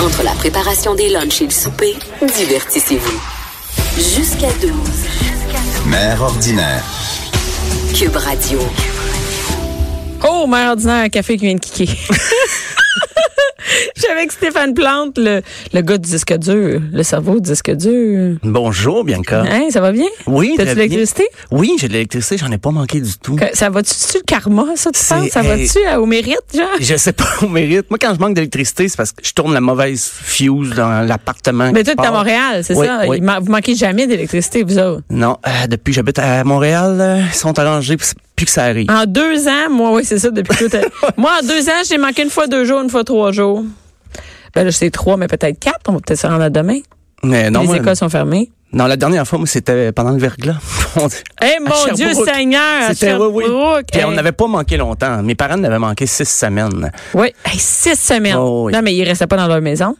Entre la préparation des lunchs et le souper, divertissez-vous. Jusqu'à 12. Mère ordinaire. Cube Radio. Oh, mère ordinaire, un café qui vient de kicker. Je suis avec Stéphane Plante, le, le gars du disque dur, le cerveau du disque dur. Bonjour, Bianca. Hein, ça va bien? Oui, T'as-tu de très bien. l'électricité? Oui, j'ai de l'électricité, j'en ai pas manqué du tout. Que- Ça va-tu tu le karma, ça, tu C'est- penses? Ça hey. va-tu à- au mérite, genre? Je sais pas au mérite. Moi, quand je manque d'électricité, c'est parce que je tourne la mauvaise fuse dans l'appartement. Mais toi, qui t'es à part. Montréal, c'est Oui, ça? oui. Il man- vous manquez jamais d'électricité, vous autres. Non, euh, depuis que j'habite à Montréal, euh, ils sont arrangés puis c'est- puis que ça arrive. En deux ans, moi, oui, c'est ça, depuis que t'as- Moi, en deux ans, j'ai manqué une fois deux jours, une fois trois jours. Ben là, c'est trois, mais peut-être quatre. On va peut-être se rendre à demain. Mais non, les moi, écoles sont fermées. non, la dernière fois, moi, c'était pendant le verglas. On- Eh à mon Dieu Sherbrooke. Seigneur, à C'était, oui, oui. Sherbrooke. Eh, Puis on Hey. n'avait pas manqué longtemps. Mes parents n'avaient manqué six semaines. Oui, hey, six semaines. Oh, oui. Non, mais ils restaient pas dans leur maison.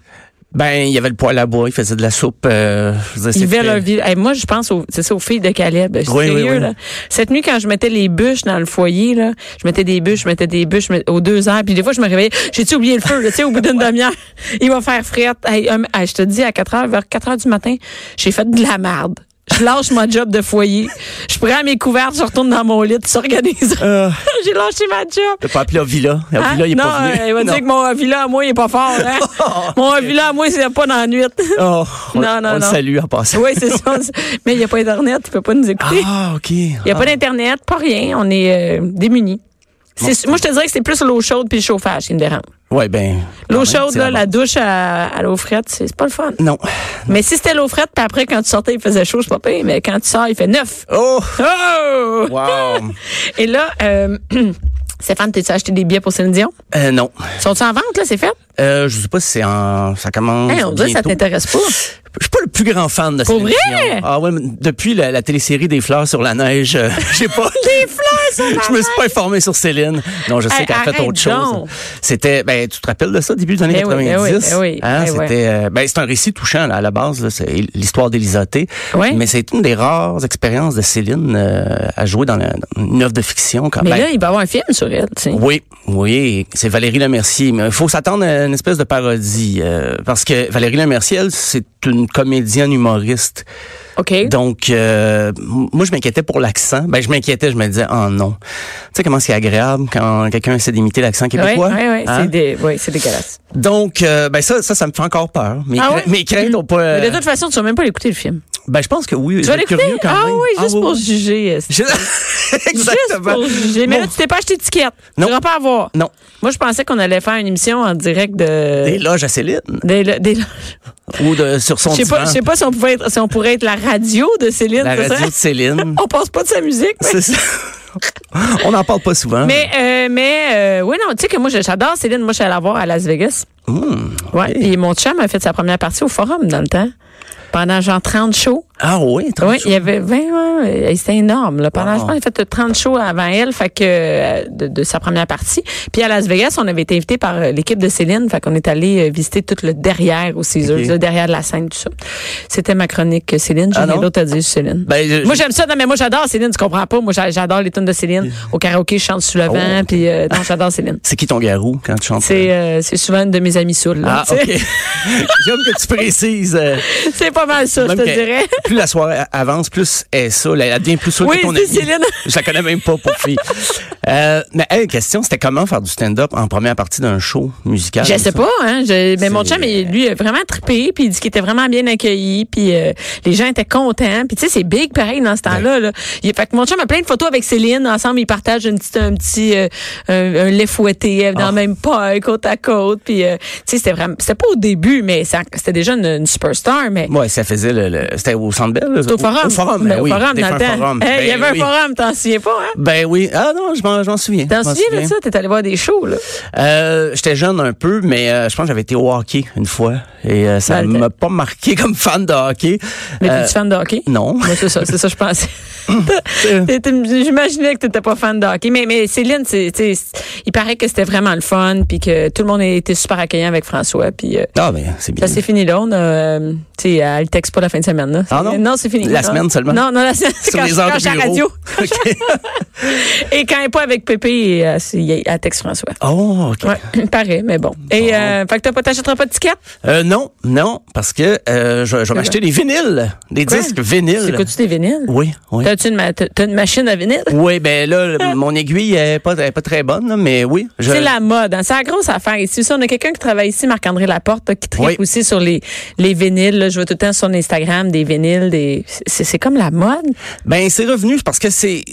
Ben, il y avait le poêl à bois, ils faisaient de la soupe. euh, je veux dire, Ils vivaient c'était- leur vie. Hey, moi, je pense aux, c'est ça, aux filles de Caleb. Je suis Oui, oui, sérieux, oui. là. Cette nuit, quand je mettais les bûches dans le foyer, là, je mettais des bûches, je mettais des bûches je mettais- aux deux heures. Puis des fois, je me réveillais, j'ai-tu oublié le feu? là? Tu sais, au bout d'une demi-heure, il va faire frette. Hey, hum, hey, je te dis, à 4 heures, vers 4 heures du matin, j'ai fait de la merde. Je lâche mon job de foyer. Je prends mes couvertes, je retourne dans mon lit, tu s'organises. Euh. j'ai lâché ma job. T'as pas appelé à Villa. À Hein? Villa, il est non, pas venu. euh, il va Non. dire que mon villa à moi, il est pas fort. Hein? mon villa à moi, c'est pas dans la nuit. Oh, on, Non, non, on le non. salue en passant. oui, c'est ça. Mais il n'y a pas Internet, tu peux pas nous écouter. Ah, OK. Il n'y a pas d'Internet, pas rien. On est euh, démunis. C'est- moi, je te dirais que c'est plus l'eau chaude puis le chauffage qui me dérange. Ouais, ben. L'eau quand même, chaude, c'est là, la la douche à, à l'eau frette, c'est c'est pas le fun. bonne. Non. Mais si c'était l'eau frette, puis après, quand tu sortais, il faisait chaud, c'est pas pire. Mais quand tu sors, il fait neuf. Oh! Oh! Wow! Et là, euh, Stéphane, t'as-tu acheté des billets pour Céline Dion? Euh, non. Sont-ils en vente, là? C'est fait? Euh, je sais pas si c'est en. Ça commence. Hey, on dirait que ça bientôt. Ah, t'intéresse pas. Je suis pas le plus grand fan de Pour Céline vrai? Dion. Ah ouais, mais depuis la, la télésérie des fleurs sur la neige, euh, j'ai pas. Des fleurs sur la Je me suis pas informé sur Céline. Non, je sais Hey, qu'elle a fait arrête autre chose. donc. C'était, ben, tu te rappelles de ça, début des années Eh oui, eh 90? oui, eh oui, Hein, eh oui. c'était, euh, ben, c'est un récit touchant, là, à la base, là, c'est l'histoire d'Élisa T. Ouais. Mais c'est une des rares expériences de Céline euh, à jouer dans, la- dans une œuvre de fiction, Ben, quand Mais même. là, il va y avoir un film sur elle, tu sais. Oui, oui, c'est Valérie Lemercier. Mais il faut s'attendre à une espèce de parodie. euh, parce que Valérie Lemercier, elle, c'est une comédienne humoriste. OK. Donc, euh, m- moi, je m'inquiétais pour l'accent. Ben, je m'inquiétais, je me disais, oh non. Tu sais comment c'est agréable quand quelqu'un essaie d'imiter l'accent Oui, québécois? oui, oui. Hein? C'est dé- oui, c'est dégueulasse. Donc, euh, ben ça, ça, ça me fait encore peur. Mes, Ah cra- ouais? mes craintes n'ont pas... euh, Mais de toute façon, tu vas même pas l'écouter, le film. ben, je pense que oui. Tu je vas vais être l'écouter? curieux quand Ah même. oui, juste Ah pour juger. euh, Je- Juste Exactement. pour juger. Mais Bon. là, tu t'es pas acheté d'étiquette. Tu Non. n'iras pas avoir. Non. Moi, je pensais qu'on allait faire une émission en direct Des de... loges à Céline. Des lo- des lo- Ou de, sur son Je sais pas, divan. je sais pas si on pouvait être, si on pourrait être la radio de Céline. La c'est ça? radio de Céline. On passe pas de sa musique. mais- C'est ça. On n'en parle pas souvent. Mais, euh, mais, euh, oui, non, tu sais que moi, j'adore Céline. Moi, je suis allée la voir à Las Vegas. Hmm. Ouais. Et mon chum a fait sa première partie au forum dans le temps. Pendant genre 30 shows. Ah oui, t'as Oui, raison. il y avait 20, ouais, ouais, c'était énorme. Là. Pendant, Wow. je pense, il a fait 30 shows avant elle, fait que euh, de, de sa première partie. Puis à Las Vegas, on avait été invité par euh, l'équipe de Céline, fait qu'on est allé euh, visiter tout le derrière aussi, Ok. le derrière de la scène, tout ça. C'était ma chronique euh, Céline. J'ai Ah rien non? d'autre à dire sur Céline. Ben, je- moi, j'aime ça. Non, mais moi, j'adore Céline. Tu comprends pas? Moi, j'a- j'adore les tunes de Céline. Au karaoké, je chante sous le vent. ok. Puis, euh, non, j'adore Céline. C'est qui ton garou quand tu chantes? C'est euh, c'est souvent une de mes amies saoules. là. Ah, OK. J'aime que tu précises. euh, C'est pas mal ça, je même te que dirais. Plus la soirée avance, plus elle est ça. là, Elle devient plus sûre Oui, que ton c'est amie. Céline. Je la connais même pas pour fille. Euh, mais hey, question, c'était comment faire du stand-up en première partie d'un show musical? Je sais Ah, ça? pas, hein. je- mais mon C'est- chum, il- lui, a vraiment trippé, puis il dit qu'il était vraiment bien accueilli, puis euh, les gens étaient contents. Puis tu sais, c'est big pareil dans ce temps-là. Là. Il, fait que mon chum a plein de photos avec Céline. Ensemble, ils partagent une petite, un petit euh, un, un lait fouetté Ah. dans le même paille, côte à côte. Puis euh, tu sais, c'était vraiment, c'était pas au début, mais ça- c'était déjà une, une superstar. Mais mais. Ouais, ça faisait le, le- c'était au Centre Bell. là, C'était au forum. Au forum, Ben, ben au oui, forum, dans le défunt temps. forum. Hey, il y Ben avait oui. un forum, t'en souviens pas, hein? Ben oui. Ah non, je m'en, je m'en souviens. T'en Je m'en souviens de ça? T'es allé voir des shows, là. Euh, J'étais jeune un peu, mais euh, je pense que j'avais été au hockey une fois. Et euh, ça Dans le m'a pas marqué comme fan de hockey. Mais Euh, t'es-tu fan de hockey? non. Moi, c'est ça, c'est ça, que je pensais. T'es- t'es- J'imaginais que t'étais pas fan de hockey. Mais, mais Céline, c'est, tu sais, il paraît que c'était vraiment le fun, puis que tout le monde était super accueillant avec François, puis euh, Ah ben, c'est bien. Ça, c'est fini là. On a, euh, tu sais, elle texte pas la fin de semaine, là. Ah non? Non, c'est fini. La Non. semaine seulement? Non, non, la semaine, c'est Sur quand, les heures quand de je suis à la radio. bureau. OK. Et quand elle n'est pas avec Pépé, euh, c'est- elle, elle texte François. Oh, OK. Ouais, pareil, mais bon. Et, euh, fait que t'as pas, t'achèteras pas de ticket? Euh, non, non, parce que euh, je, je vais m'acheter des vinyles, des Quoi? disques vinyles. T'écoutes-tu des vinyles? Oui, oui. T'as-tu une, ma- t'as- t'as une machine à vinyle? Oui, ben là, le- mon aiguille est pas, elle est pas très bonne, là, mais oui. je- C'est la mode, hein. c'est la grosse affaire ici. Ça, on a quelqu'un qui travaille ici, Marc-André Laporte, là, qui tripe Oui. aussi sur les, les vinyles. là. Je vois tout le temps sur Instagram des vinyles, des. C'est c'est comme la mode. Ben, c'est revenu parce que c'est.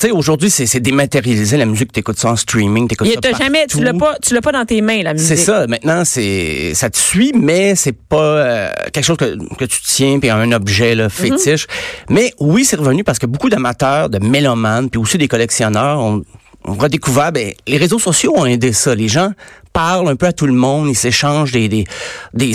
Tu sais, aujourd'hui, c'est c'est dématérialisé la musique. T'écoutes ça en streaming, t'écoutes Il- ça t'as partout. jamais, tu l'as pas, tu l'as pas dans tes mains, la musique. C'est ça. Maintenant, c'est ça te suit, mais c'est pas euh, quelque chose que, que tu tiens puis un objet là, Mm-hmm. fétiche. Mais oui, c'est revenu parce que beaucoup d'amateurs, de mélomanes, puis aussi des collectionneurs ont, ont redécouvert. Ben, les réseaux sociaux ont aidé ça. Les gens parlent un peu à tout le monde, ils s'échangent des des des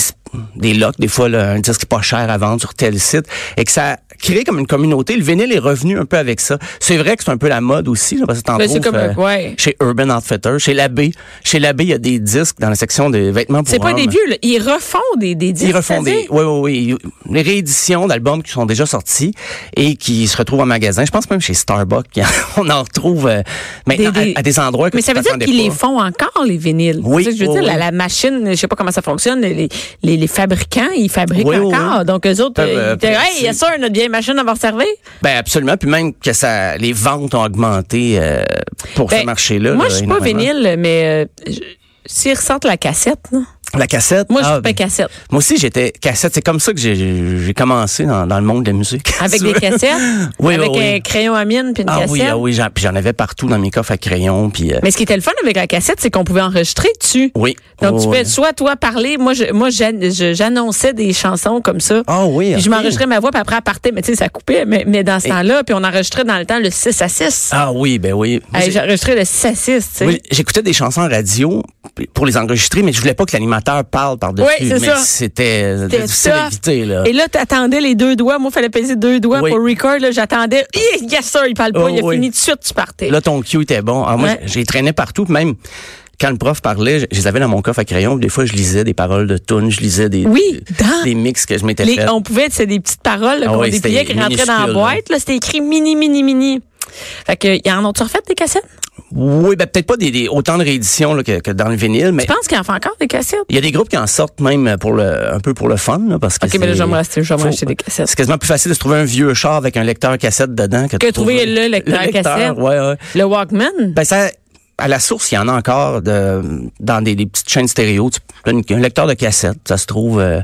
des locs, des fois là, un disque pas cher à vendre sur tel site, et que ça crée comme une communauté. Le vinyle est revenu un peu avec ça. C'est vrai que c'est un peu la mode aussi, là, parce que t'en Ben, c'est trouves, comme un- ouais. chez Urban Outfitters, chez l'abbé. Chez l'abbé, il y a des disques dans la section des vêtements pour C'est pas des hommes. vieux, là. ils refont des, des disques. Ils refont des, c'est-à-dire? oui, oui, oui, les rééditions d'albums qui sont déjà sortis et qui se retrouvent en magasin. Je pense même chez Starbucks, il y en- on en retrouve euh, maintenant Des- des- À, à des endroits que Mais tu ça veut dire t'attendais qu'ils pas. les font encore, les vinyles. Oui, Tu sais, je veux oui, dire, la, oui. la machine, je sais pas comment ça fonctionne, les, les, les fabricants, ils fabriquent Oui, oui, encore. oui. Donc, eux autres, Peuvent, euh, euh, ils disent, hey, il y a petit- ça, notre vieille machine, à va servir. Ben absolument. Puis même que ça, les ventes ont augmenté euh, pour Ben, ce marché-là. Moi, là, je suis pas énormément. vinyle, mais euh, je- s'ils ressortent la cassette, là. La cassette. moi, je ah, suis pas ben, cassette. Moi aussi, j'étais cassette. C'est comme ça que j'ai j'ai commencé dans, dans le monde de la musique. Avec Tu des vois? cassettes, Oui, avec oui, oui. un crayon à mine puis une Ah cassette. oui, ah oui, j'en- puis j'en avais partout dans mes coffres à crayons. Puis, euh, Mais ce qui était le fun avec la cassette, c'est qu'on pouvait enregistrer dessus. Oui. Donc, Oh, tu ouais. peux soit toi parler. Moi, je, moi, j'an- je- j'annonçais des chansons comme ça. Ah oui, Puis je ok. m'enregistrais ma voix, puis après, elle partait. Mais tu sais, ça coupait. Mais, mais dans ce Et- temps-là, puis on enregistrait dans le temps le 6 à 6. Ah oui, ben oui. Moi, j'ai- J'enregistrais le 6 à 6, tu sais. oui, J'écoutais des chansons en radio pour les enregistrer, mais je voulais pas que l'animateur parle par-dessus. Oui, c'est mais ça. C'était C'était difficile tough. à éviter, là. Et là, t'attendais les deux doigts. Moi, il fallait peser deux doigts Oui. pour record. là. J'attendais. Hi, Yes, sir, il parle pas. Oh, il a oui. fini tout de suite, tu partais. Là, ton cue était bon. Alors, moi, Ouais. j'ai traîné partout, puis même quand le prof parlait, je, je les avais dans mon coffre à crayons. puis Des fois, je lisais des paroles de tunes, je lisais des, Oui, des, dans- des mix que je m'étais Les- fait. on pouvait, c'est des petites paroles là, Ah qu'on oui, dépliait, c'était qui rentraient dans la minuscule, là. boîte. Là, c'était écrit mini, mini, mini. Fait que, y en ont-tu refait des cassettes? Oui, ben peut-être pas des, des- autant de rééditions là, que, que dans le vinyle, mais Je pense qu'il en fait encore des cassettes. il y a des groupes qui en sortent même pour le, un peu pour le fun, là, parce que OK, mais là, c'est- je vais me racheter- je vais me faut- racheter des cassettes. C'est quasiment plus facile de se trouver un vieux char avec un lecteur cassette dedans que, Que de trouver le lecteur cassette. Ouais, ouais. Le Walkman? Ben ça, à la source, il y en a encore de, dans des, des petites chaînes stéréo. Tu, t'as une- un lecteur de cassette, ça se trouve. euh,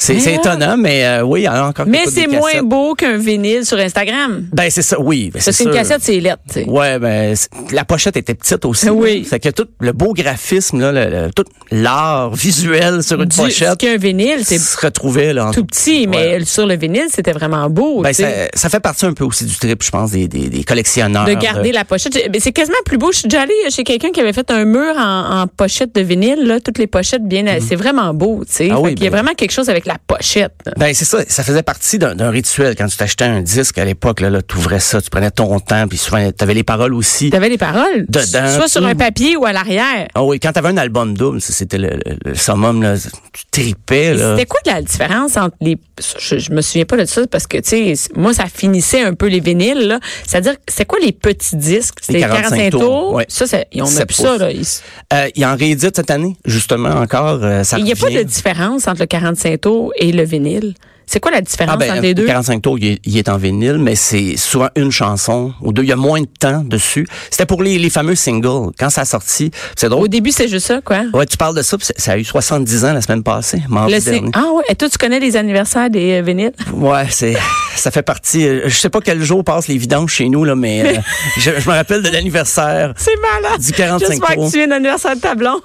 c'est, c'est Mais- étonnant, mais euh, oui, il y en a encore. qui Mais écoutent des c'est moins cassettes. beau qu'un vinyle sur Instagram. Ben c'est ça, oui. Ben, c'est Parce qu'une sûr. cassette, c'est lettre, tu sais. Ouais, ben c'est- la pochette était petite aussi. Oui. C'est que tout le beau graphisme là, le- le- tout l'art visuel sur une Du- Ce pochette qu'un vinyle, c'est se retrouvait là. en- tout petit, mais sur le vinyle, c'était vraiment beau, Ben, tu sais. ça, ça fait partie un peu aussi du trip, je pense, des, des, des collectionneurs. de garder la pochette. J'ai- ben, C'est quasiment plus beau. Je suis déjà allée chez quelqu'un qui avait fait un mur en, en pochette de vinyle, là, toutes les pochettes bien. C'est vraiment beau, tu sais. Mhm. Ah Fait oui, qu'il y a ben- vraiment quelque chose avec la pochette. Ben c'est ça, ça faisait partie d'un d'un rituel quand tu t'achetais un disque à l'époque là, là tu ouvrais ça, tu prenais ton temps puis souvent t'avais les paroles aussi. T'avais les paroles. Dedans, Soit sur tout. un papier ou à l'arrière. Ah oui, quand t'avais un album double, ça, c'était le, le- le summum là, tu tripais Et là. C'était quoi la différence entre les je, je me souviens pas de ça parce que tu sais moi ça finissait un peu les vinyles là, c'est-à-dire c'est quoi les petits disques, c'était 45 tours, ouais. Ça c'est on a Sept plus pouces. ça là. ici. Euh, il en réédite cette année justement encore euh, ça Il n'y a pas revient. de différence entre le 45 tours et le vinyle. C'est quoi la différence ah ben, entre les deux 45 tours, il est, il est en vinyle, mais c'est souvent une chanson ou deux. Il y a moins de temps dessus. C'était pour les, les fameux singles. Quand ça a sorti, c'est Au drôle. début c'est juste ça quoi. Ouais, tu parles de ça, puis ça- ça a eu 70 ans la semaine passée, mardi Le dernier. sing- ah ouais, et toi tu connais les anniversaires des euh, vinyles Ouais, c'est ça fait partie. euh, Je sais pas quel jour passent les vidanges chez nous là, mais euh, je, je me rappelle de l'anniversaire. C'est malade. Du 45 J'espère tours. que tu es un anniversaire de Tablon.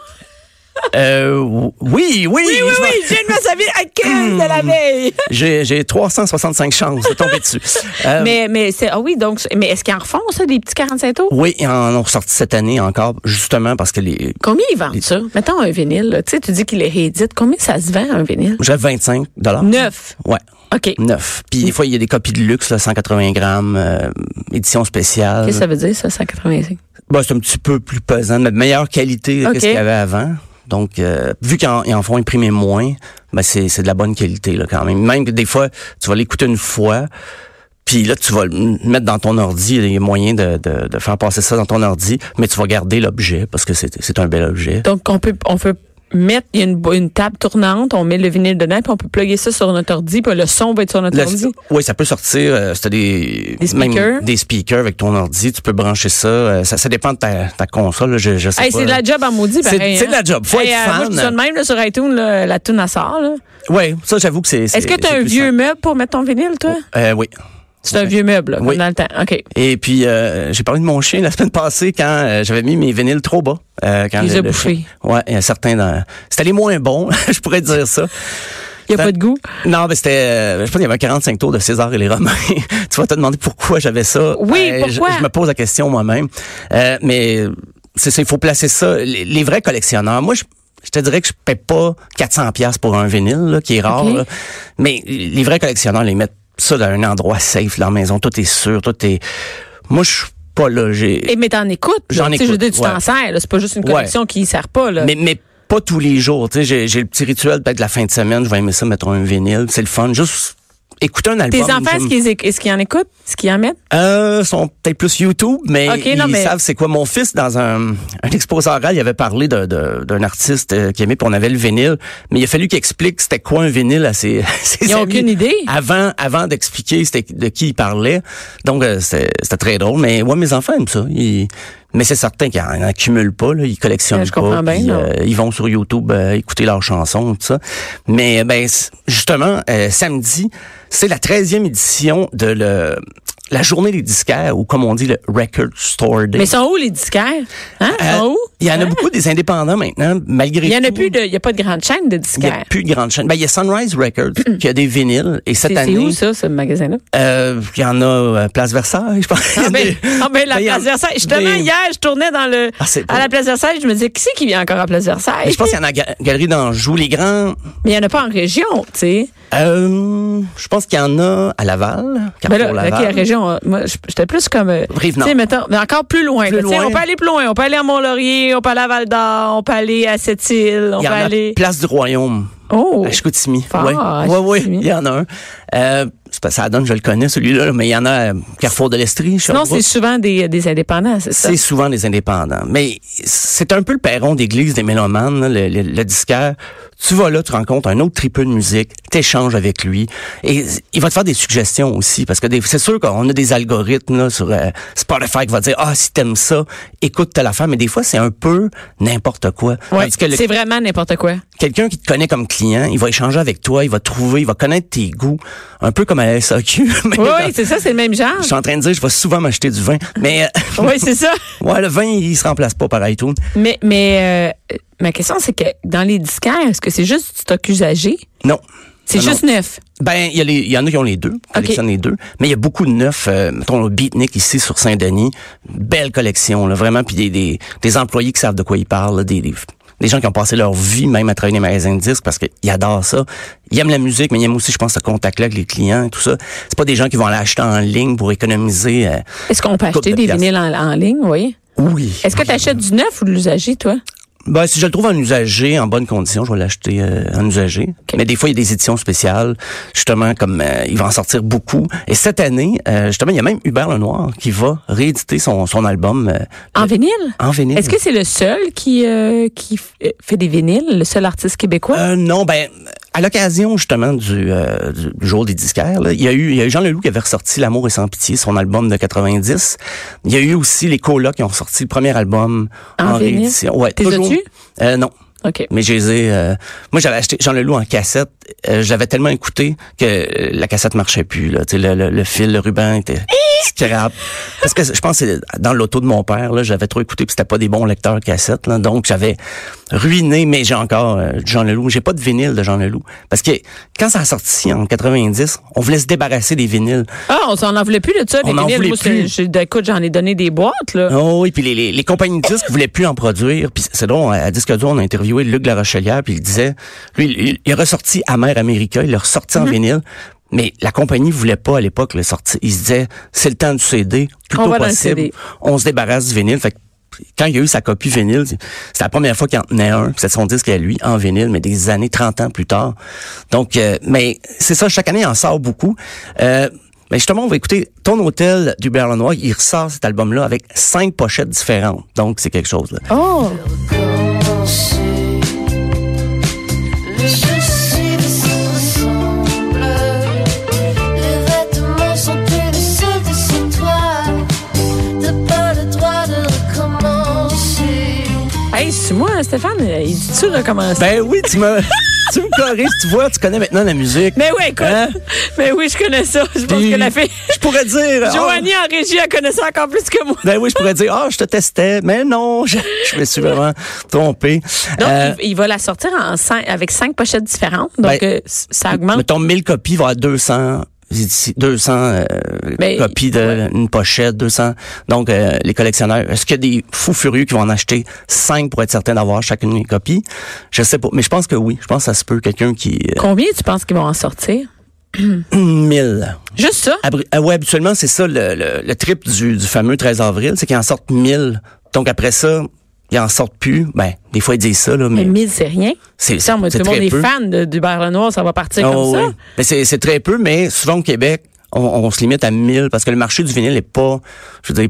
Euh, oui, Oui, oui. oui, oui, je viens de me servir à 15 de la veille. J'ai j'ai 365 chances de tomber dessus. Euh, Mais, mais c'est, ah oui, donc, mais est-ce qu'ils en refont, ça, des petits 45 tours? Oui, ils en ont sorti cette année encore, justement parce que les. Combien ils vendent ça? Mettons un vinyle, là. tu sais, tu dis qu'il est réédite. Combien ça se vend, un vinyle? J'ai 25 dollars. Neuf. Ouais. OK. Neuf. Puis des fois, il y a des copies de luxe, là, 180 grammes, euh, édition spéciale. Qu'est-ce que ça veut dire, ça, 185? Bah, c'est un petit peu plus pesant, mais de meilleure qualité Ok. que ce qu'il y avait avant. Donc, euh, vu qu'ils en, ils en font imprimer moins, ben c'est, c'est de la bonne qualité là, quand même. Même que des fois, tu vas l'écouter une fois, puis là, tu vas le m- mettre dans ton ordi, il y a moyen de, de, de faire passer ça dans ton ordi, mais tu vas garder l'objet parce que c'est, c'est un bel objet. Donc, on peut, on peut mettre, il y a une, bo- une table tournante, on met le vinyle dedans, puis on peut plugger ça sur notre ordi, puis le son va être sur notre Là, ordi. c'est- oui, ça peut sortir, euh, si t'as des, Des même speakers? des speakers avec ton ordi, tu peux brancher ça. euh, ça, ça dépend de ta, ta console, là, je, je sais Hey, pas. c'est de la job en maudit, C'est- pareil. c'est de hein. la job. Faut Hey, être euh, fan. Moi, je dis ça de même là, sur iTunes, là, la tune à sort. là. Oui, ça j'avoue que c'est... c'est- Est-ce que tu as c'est un plus vieux meuble pour mettre ton vinyle, toi? simple. Euh, oui. C'est un vieux meuble, là, comme Oui. dans le temps. OK. Et puis, euh, j'ai parlé de mon chien la semaine passée quand euh, j'avais mis mes vinyles trop bas. Euh, quand Il les le- a le bouffés. chien- Ouais, il y a certains dans... C'était les moins bons, je pourrais dire ça. Il n'y a pas de goût. Non, mais c'était... euh, je pense qu'il y avait 45 tours de César et les Romains. tu vas te demander pourquoi j'avais ça. Ben, Oui, je- pourquoi? Je, me pose la question moi-même. Euh, mais c'est ça, il faut placer ça. Les, les vrais collectionneurs, moi, je... Je te dirais que je paie pas 400 pièces pour un vinyle, là, qui est rare. Ok. là. Mais les vrais collectionneurs les mettent ça dans un endroit safe, leur maison. Tout est sûr, tout est. Moi, je suis pas là. j'ai- Et mais t'en écoutes. là. J'en Tu sais, Je veux écoute, dire, tu t'en ouais. sers. là. C'est pas juste une Ouais. collection qui ne sert pas. Là. Mais, mais pas tous les jours. Tu sais, j'ai, j'ai le petit rituel peut-être la fin de semaine. Je vais aimer ça, mettre un vinyle. C'est le fun. Juste écouter un album. Tes enfants, est-ce j'aime- qu'ils éc- est-ce qu'ils en écoutent? Est-ce qu'ils en mettent? Euh, sont peut-être plus YouTube, mais Ok, ils non, mais- savent c'est quoi. Mon fils, dans un, un exposé oral, il avait parlé de- de- d'un artiste euh, qu'il aimait, puis on avait le vinyle. Mais il a fallu qu'il explique c'était quoi un vinyle à ses, ses Ils ont amis aucune idée. Avant, avant d'expliquer c'était de qui il parlait. Donc, euh, c'était c'était très drôle. Mais ouais, mes enfants aiment ça. Ils- mais c'est certain qu'ils n'en accumulent pas, là. ils collectionnent Ouais, je pas. comprends bien, puis, non. euh, ils vont sur YouTube euh, écouter leurs chansons, tout ça. Mais euh, ben c- justement, euh, samedi, c'est la 13e édition de le, la journée des disquaires, ou comme on dit, le Record Store Day. Mais sont où les disquaires? Hein? Euh, sont où? Il y en a Hein? beaucoup des indépendants maintenant, malgré Il y en a tout. plus de. Il n'y a pas de grande chaîne de Il y a disquaires. Mm. plus de grandes chaînes. Ben, il y a Sunrise Records qui a des vinyles. Et cette C'est c'est année, où ça, ce magasin-là? euh, il y en a euh, Place Versailles, je pense. Ah ben, ah ben, la Il y en- place Versailles. Justement, des- hier, je tournais dans le, Ah, c'est à la beau. place Versailles, je me disais, qui c'est qui vient encore à place Mais Versailles? Ben, je pense qu'il y en a à Ga- Galerie d'Anjou. Les grands, Mais il n'y en a pas en région, tu sais. Euh, je pense qu'il y en a à Laval, Ben Carrefour là, ok, la Laval. région, euh, moi, je- j'étais plus comme, euh, tu Rive-Nord. sais, mettons, mais encore plus loin. Plus là, tu sais, loin. On peut aller plus loin. On peut aller à Mont-Laurier, on peut aller à Val-d'Or, on peut aller à Sept-Îles, on il y peut en a aller. Place du Royaume, Oh! à Chicoutimi. Fort, ouais. à ouais, ouais, Chicoutimi. il y en a un. Euh, c'est pas- ça donne, je le connais celui-là, là, mais il y en a à Carrefour de l'Estrie. Non, Sherbrooke. c'est souvent des, euh, des indépendants, c'est ça. C'est souvent des indépendants. Mais c'est un peu le perron d'église des mélomanes, là, le, le- le disquaire. Tu vas là, tu rencontres un autre tripeux de musique, t'échanges avec lui. Et il va te faire des suggestions aussi. Parce que des- c'est sûr qu'on a des algorithmes là, sur euh, Spotify qui va te dire, ah, si t'aimes ça, écoute telle affaire. Mais des fois, c'est un peu n'importe quoi. Ouais, Tandis que le- c'est vraiment n'importe quoi. quelqu'un qui te connaît comme client, il va échanger avec toi, il va te trouver, il va connaître tes goûts. Un peu comme à la SAQ. Oui, mais dans- oui, c'est ça, c'est le même genre. je suis en train de dire, je vais souvent m'acheter du vin. Mais... euh, Oui, c'est ça. Ouais, le vin, il se remplace pas par iTunes. Mais, mais euh, ma question, c'est que dans les disquaires, est-ce que c'est juste du stock usagé? Non. C'est Ah Non, juste non. neuf. Ben, il y, a les- il y en a qui ont les deux, collectionnent les deux. Mais il y a beaucoup de neufs. euh, mettons le Beatnik ici sur Saint-Denis. Belle collection, là, vraiment. Puis des, des, des employés qui savent de quoi ils parlent. là, Des, des, des gens qui ont passé leur vie même à travailler dans les magasins de disques parce qu'ils adorent ça. Ils aiment la musique, mais ils aiment aussi, je pense, ce contact-là avec les clients et tout ça. C'est pas des gens qui vont l'acheter en ligne pour économiser. euh, Est-ce qu'on peut Coupe acheter de des pièces. vinyles en, en ligne, oui? Oui. Est-ce que tu achètes du neuf ou de l'usager, toi? Ben, si je le trouve en usagé, en bonne condition, je vais l'acheter euh, en usagé. Mais des fois, il y a des éditions spéciales, justement, comme euh, il va en sortir beaucoup. Et cette année, euh, justement, il y a même Hubert Lenoir qui va rééditer son, son album euh, En vinyle? en vinyle. Est-ce que c'est le seul qui, euh, qui f- euh, fait des vinyles, le seul artiste québécois? Euh, non, ben, à l'occasion justement du, euh, du du jour des disquaires, là, il y a eu, il y a eu Jean Leloup qui avait ressorti L'amour et sans pitié, son album de 90. Il y a eu aussi les Colas qui ont sorti le premier album En en, vinyle? réédition. Ouais, T'es toujours. as-tu? Euh, non. Ah, OK. Mais je les ai, euh, moi, j'avais acheté Jean Leloup en cassette euh, j'avais tellement écouté que euh, la cassette marchait plus. Là, Tu sais, le, le, le fil, le ruban était scrap. Parce que je pense que c'est dans l'auto de mon père, là, j'avais trop écouté, puis c'était pas des bons lecteurs cassette. Là, donc j'avais ruiné, mais j'ai encore euh, Jean Leloup. J'ai pas de vinyle de Jean Leloup. Parce que quand ça a sorti en 90, on voulait se débarrasser des vinyles. Ah, on s'en en voulait plus de ça. On des en vinyles. voulait Moi, c'est- plus. j'ai- Écoute, j'en ai donné des boîtes, là. Oh, et puis les, les, les compagnies de disques voulaient plus en produire. Puis c'est drôle, à Disque dur, on a interviewé Luc Larochelière, puis il disait, lui, il, il est ressorti Amer America, il l'a ressorti en vinyle, mais la compagnie voulait pas à l'époque le sortir. Il se disait, c'est le temps du CD, On plutôt va dans le possible, CD. on se débarrasse du vinyle. Fait que quand il y a eu sa copie vinyle, c'est c'est la première fois qu'il en tenait un, puis c'est son disque à lui, en vinyle, mais des années, 30 ans plus tard. Donc, euh, mais c'est ça, chaque année, il en sort beaucoup. Euh, mais justement, on va écouter Ton Hôtel d'Hubert Lenoir. Il ressort cet album-là avec cinq pochettes différentes. Donc, c'est quelque chose. Là. Oh! Le chaussée se ressemble, les vêtements sont plus de ceux de chez toi. T'as pas le droit de recommencer. Hey, c'est moi, Stéphane, il dit-tu recommencer? Ben oui, tu me, tu me corriges, tu vois, tu connais maintenant la musique. mais oui, écoute. Hein? Mais oui, je connais ça. Je Ah. pense Puis, que la fille. Je pourrais dire... oh, Joanie en régie, elle connaît ça encore plus que moi. ben oui, je pourrais dire, ah, je te testais, mais non, je, je me suis vraiment trompé. Donc, Euh, il, il va la sortir en cinq- avec cinq pochettes différentes. Donc, Ben, euh, c- ça augmente. Mettons 1000 copies, il va y avoir 200. j'ai dit 200 euh, Ben, copies de une pochette, 200. Donc, euh, les collectionneurs, est-ce qu'il y a des fous furieux qui vont en acheter 5 pour être certain d'avoir chacune des copies? Je sais pas, mais je pense que oui. Je pense que ça se peut. Quelqu'un qui... euh, Combien tu penses qu'ils vont en sortir? 1000. Juste ça? Abri- ah ouais, habituellement, c'est ça le, le, le trip du, du fameux 13 avril, c'est qu'ils en sortent 1000. Donc, après ça, ils en sortent plus. Ben, des fois, ils disent ça, là, mais... Mais 1000, c'est Oh, rien. C'est- Ça, moi, c'est tout le monde très est peu. fan de- d'Hubert Lenoir, ça va partir Ah comme ça. ouais. Mais c'est, c'est très peu, mais souvent au Québec, on, on se limite à 1000 parce que le marché du vinyle est pas, je veux dire,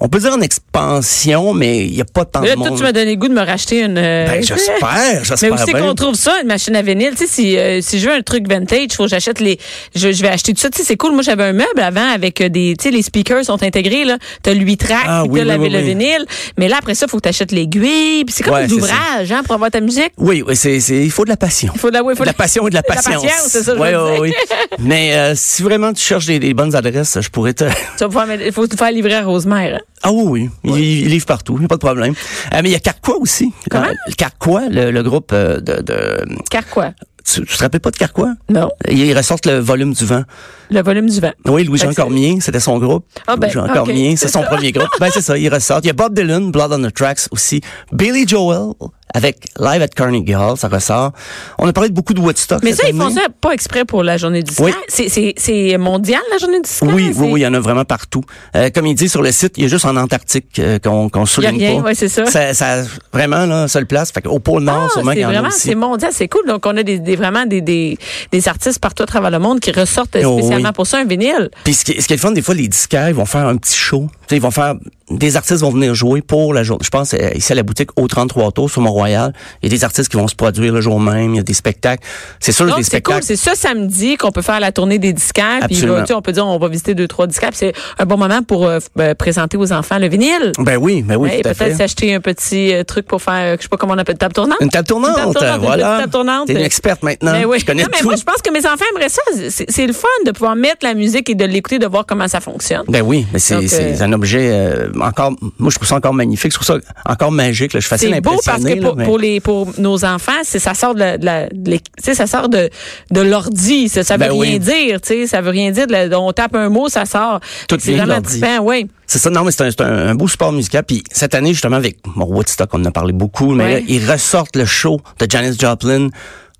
on peut dire en expansion, mais il n'y a pas tant Mais là, de toi, monde. tu m'as donné le goût de me racheter une. euh, Ah, Ben, j'espère, Mais j'espère où c'est bien. qu'on trouve ça, une machine à vinyle? Tu sais, si, euh, si je veux un truc vintage, faut que j'achète les, je, je vais acheter tout ça. Tu sais, c'est cool. Moi, j'avais un meuble avant avec euh, des, tu sais, les speakers sont intégrés, là. T'as le 8 track, Ah puis oui, t'as oui, la- oui, le oui. vinyle. Mais là, après ça, faut que t'achètes l'aiguille, puis c'est comme Ouais, des c'est ça. ouvrages, hein, pour avoir ta musique. Oui, oui, c'est, c'est, il faut de la passion. Il faut de la, ouais, faut de la passion et de la de la patience. patience, c'est ça que je Ouais, veux ouais, dire. oui. Mais euh, si vraiment tu cherches des, des bonnes adresses, je pourrais te... Tu vas pouvoir mettre- il faut te faire livrer à Rosemère. hein. Ah oui, oui, il, il livre partout, il n'y a pas de problème. Euh, mais il y a Carquois aussi. Comment? Euh, le Carquois, le, le groupe euh, de... de Car quoi? tu, tu te rappelles pas de Carquois? Non. Ils ressortent le volume du vent. Le volume du vent. Oui, Fait Louis-Jean que c'est- Cormier, c'était son groupe. Ah ben, Louis-Jean ok, Cormier, c'est c'est son premier groupe. Ben, c'est ça, il ressort. Il y a Bob Dylan, Blood on the Tracks aussi. Billy Joel, avec Live at Carnegie Hall, ça ressort. On a parlé de beaucoup de Woodstock. Mais cette ça, ils font année. ça pas exprès pour la journée du disque. Oui. C'est- C'est c'est mondial, la journée du disque. Oui, C'est- oui, oui, il y en a vraiment partout. Euh, comme il dit sur le site, il y a juste en Antarctique euh, qu'on qu'on souligne rien, pas. ouais, c'est ça. ça. ça- Vraiment, là, seule place. Fait au pôle Nord, Ah, sûrement qu'il c'est y en a vraiment, aussi. c'est mondial, c'est cool. Donc, on a des, des- vraiment des, des, des artistes partout à travers le monde qui ressortent Oh, spécialement oui. pour ça un vinyle. Puis ce qui, ce qui est le fun, des fois, les disquaires, ils vont faire un petit show. Tu sais, ils vont faire, des artistes vont venir jouer pour la journée. Je pense, euh, ici à la boutique, au 33 Tours, sur Mont-Royal, il y a des artistes qui vont se produire le jour même, il y a des spectacles. C'est sûr, Donc, des c'est cool. spectacles. C'est ce samedi qu'on peut faire la tournée des disquaires. Puis, euh, Absolument. tu sais, on peut dire, on va visiter deux, trois disquaires. puis c'est un bon moment pour euh, f- euh, présenter aux enfants le vinyle. ben oui, ben oui, Ouais, et tout à fait. peut-être s'acheter un petit euh, truc pour faire, euh, je sais pas comment on appelle, table tournante. Une table tournante, Une table tournante, une voilà. petite table tournante. T'es une experte maintenant. Mais oui. Tu connais Non, mais tout. moi, je pense que mes enfants aimeraient ça. C'est c'est le fun de pouvoir mettre la musique et de l'écouter, de voir comment ça fonctionne. Ben oui, mais c'est Donc, c'est euh, un objet euh, encore. Moi, je trouve ça encore magnifique. Je trouve ça encore magique. Là. Je suis facile à C'est beau parce impressionner, que pour, là, mais- pour les pour nos enfants, c'est ça sort de la, de la- de l'é- tu sais, ça sort de de l'ordi, ça, ça veut Ben oui. rien dire, tu sais, ça veut rien dire. de la- on tape un mot, ça sort. Tout c'est vient de vraiment l'ordi. trippant, oui. C'est ça, non, mais c'est un, c'est un- un beau support musical. Puis cette année, justement, avec mon Woodstock, on en a parlé beaucoup, mais Ouais. là, ils ressortent le show de Janis Joplin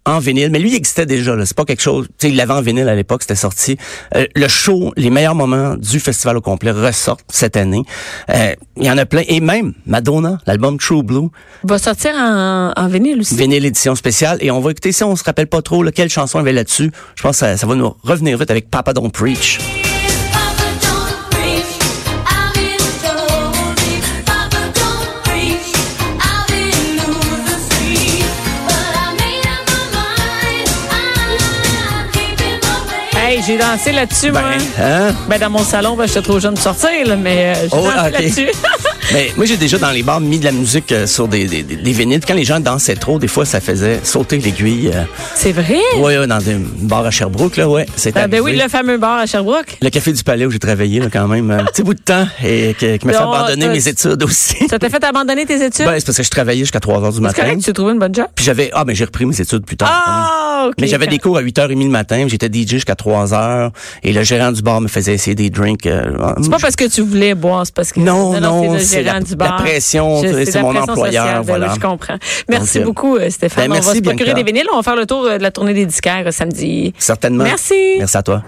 en vinyle. Mais lui, il existait déjà, là. C'est pas quelque chose... Tu sais, il l'avait en vinyle à l'époque, c'était sorti. Euh, le show, les meilleurs moments du festival au complet ressortent cette année. Euh, Il y en a plein. Et même Madonna, l'album True Blue, Va sortir en, en vinyle aussi. vinyle édition spéciale. Et on va écouter, si on se rappelle pas trop, là, quelle chanson il y avait là-dessus, je pense que ça, ça va nous revenir vite avec Papa Don't Preach. Papa don't preach, I've been lonely. Papa don't preach, I've been losing sleep. But I made up my mind, I'm keeping my faith. Hey, j'ai dansé là-dessus, moi. hein? Ben, dans mon salon, ben, j'étais trop jeune pour sortir, là, mais euh, j'ai Oh, dansé ok. là-dessus. Mais moi, j'ai déjà dans les bars mis de la musique euh, sur des, des, des- des vinyles. Quand les gens dansaient trop, des fois, ça faisait sauter l'aiguille. euh. C'est vrai? Ouais, ouais, dans un bar à Sherbrooke, là, ouais. C'est Ah, ben arrivé. oui, le fameux bar à Sherbrooke. Le café du palais où j'ai travaillé, là, quand même, un petit bout de temps, et que- qui m'a fait Non, abandonner ça- mes études aussi. Ça t'a fait abandonner tes études? Ben, c'est parce que je travaillais jusqu'à 3 heures du c'est matin. correct, tu as trouvé une bonne job? Puis j'avais, ah, mais j'ai repris mes études plus tard. quand même. Ah, OK. Mais j'avais des cours à 8h30 le matin, j'étais DJ jusqu'à 3h et le gérant du bar me faisait essayer des drinks. euh, C'est pas parce que tu voulais boire, c'est parce que Non, non, le c'est gérant la- du bar. la pression, Je- c'est- c'est la mon pression employeur, sociale, ben voilà. oui, je comprends. Merci Donc, euh, beaucoup, euh, Stéphane. ben, on va merci, se procurer Bianca. des vinyles. On va faire le tour euh, de la tournée des disquaires euh, samedi. Certainement. Merci. Merci à toi.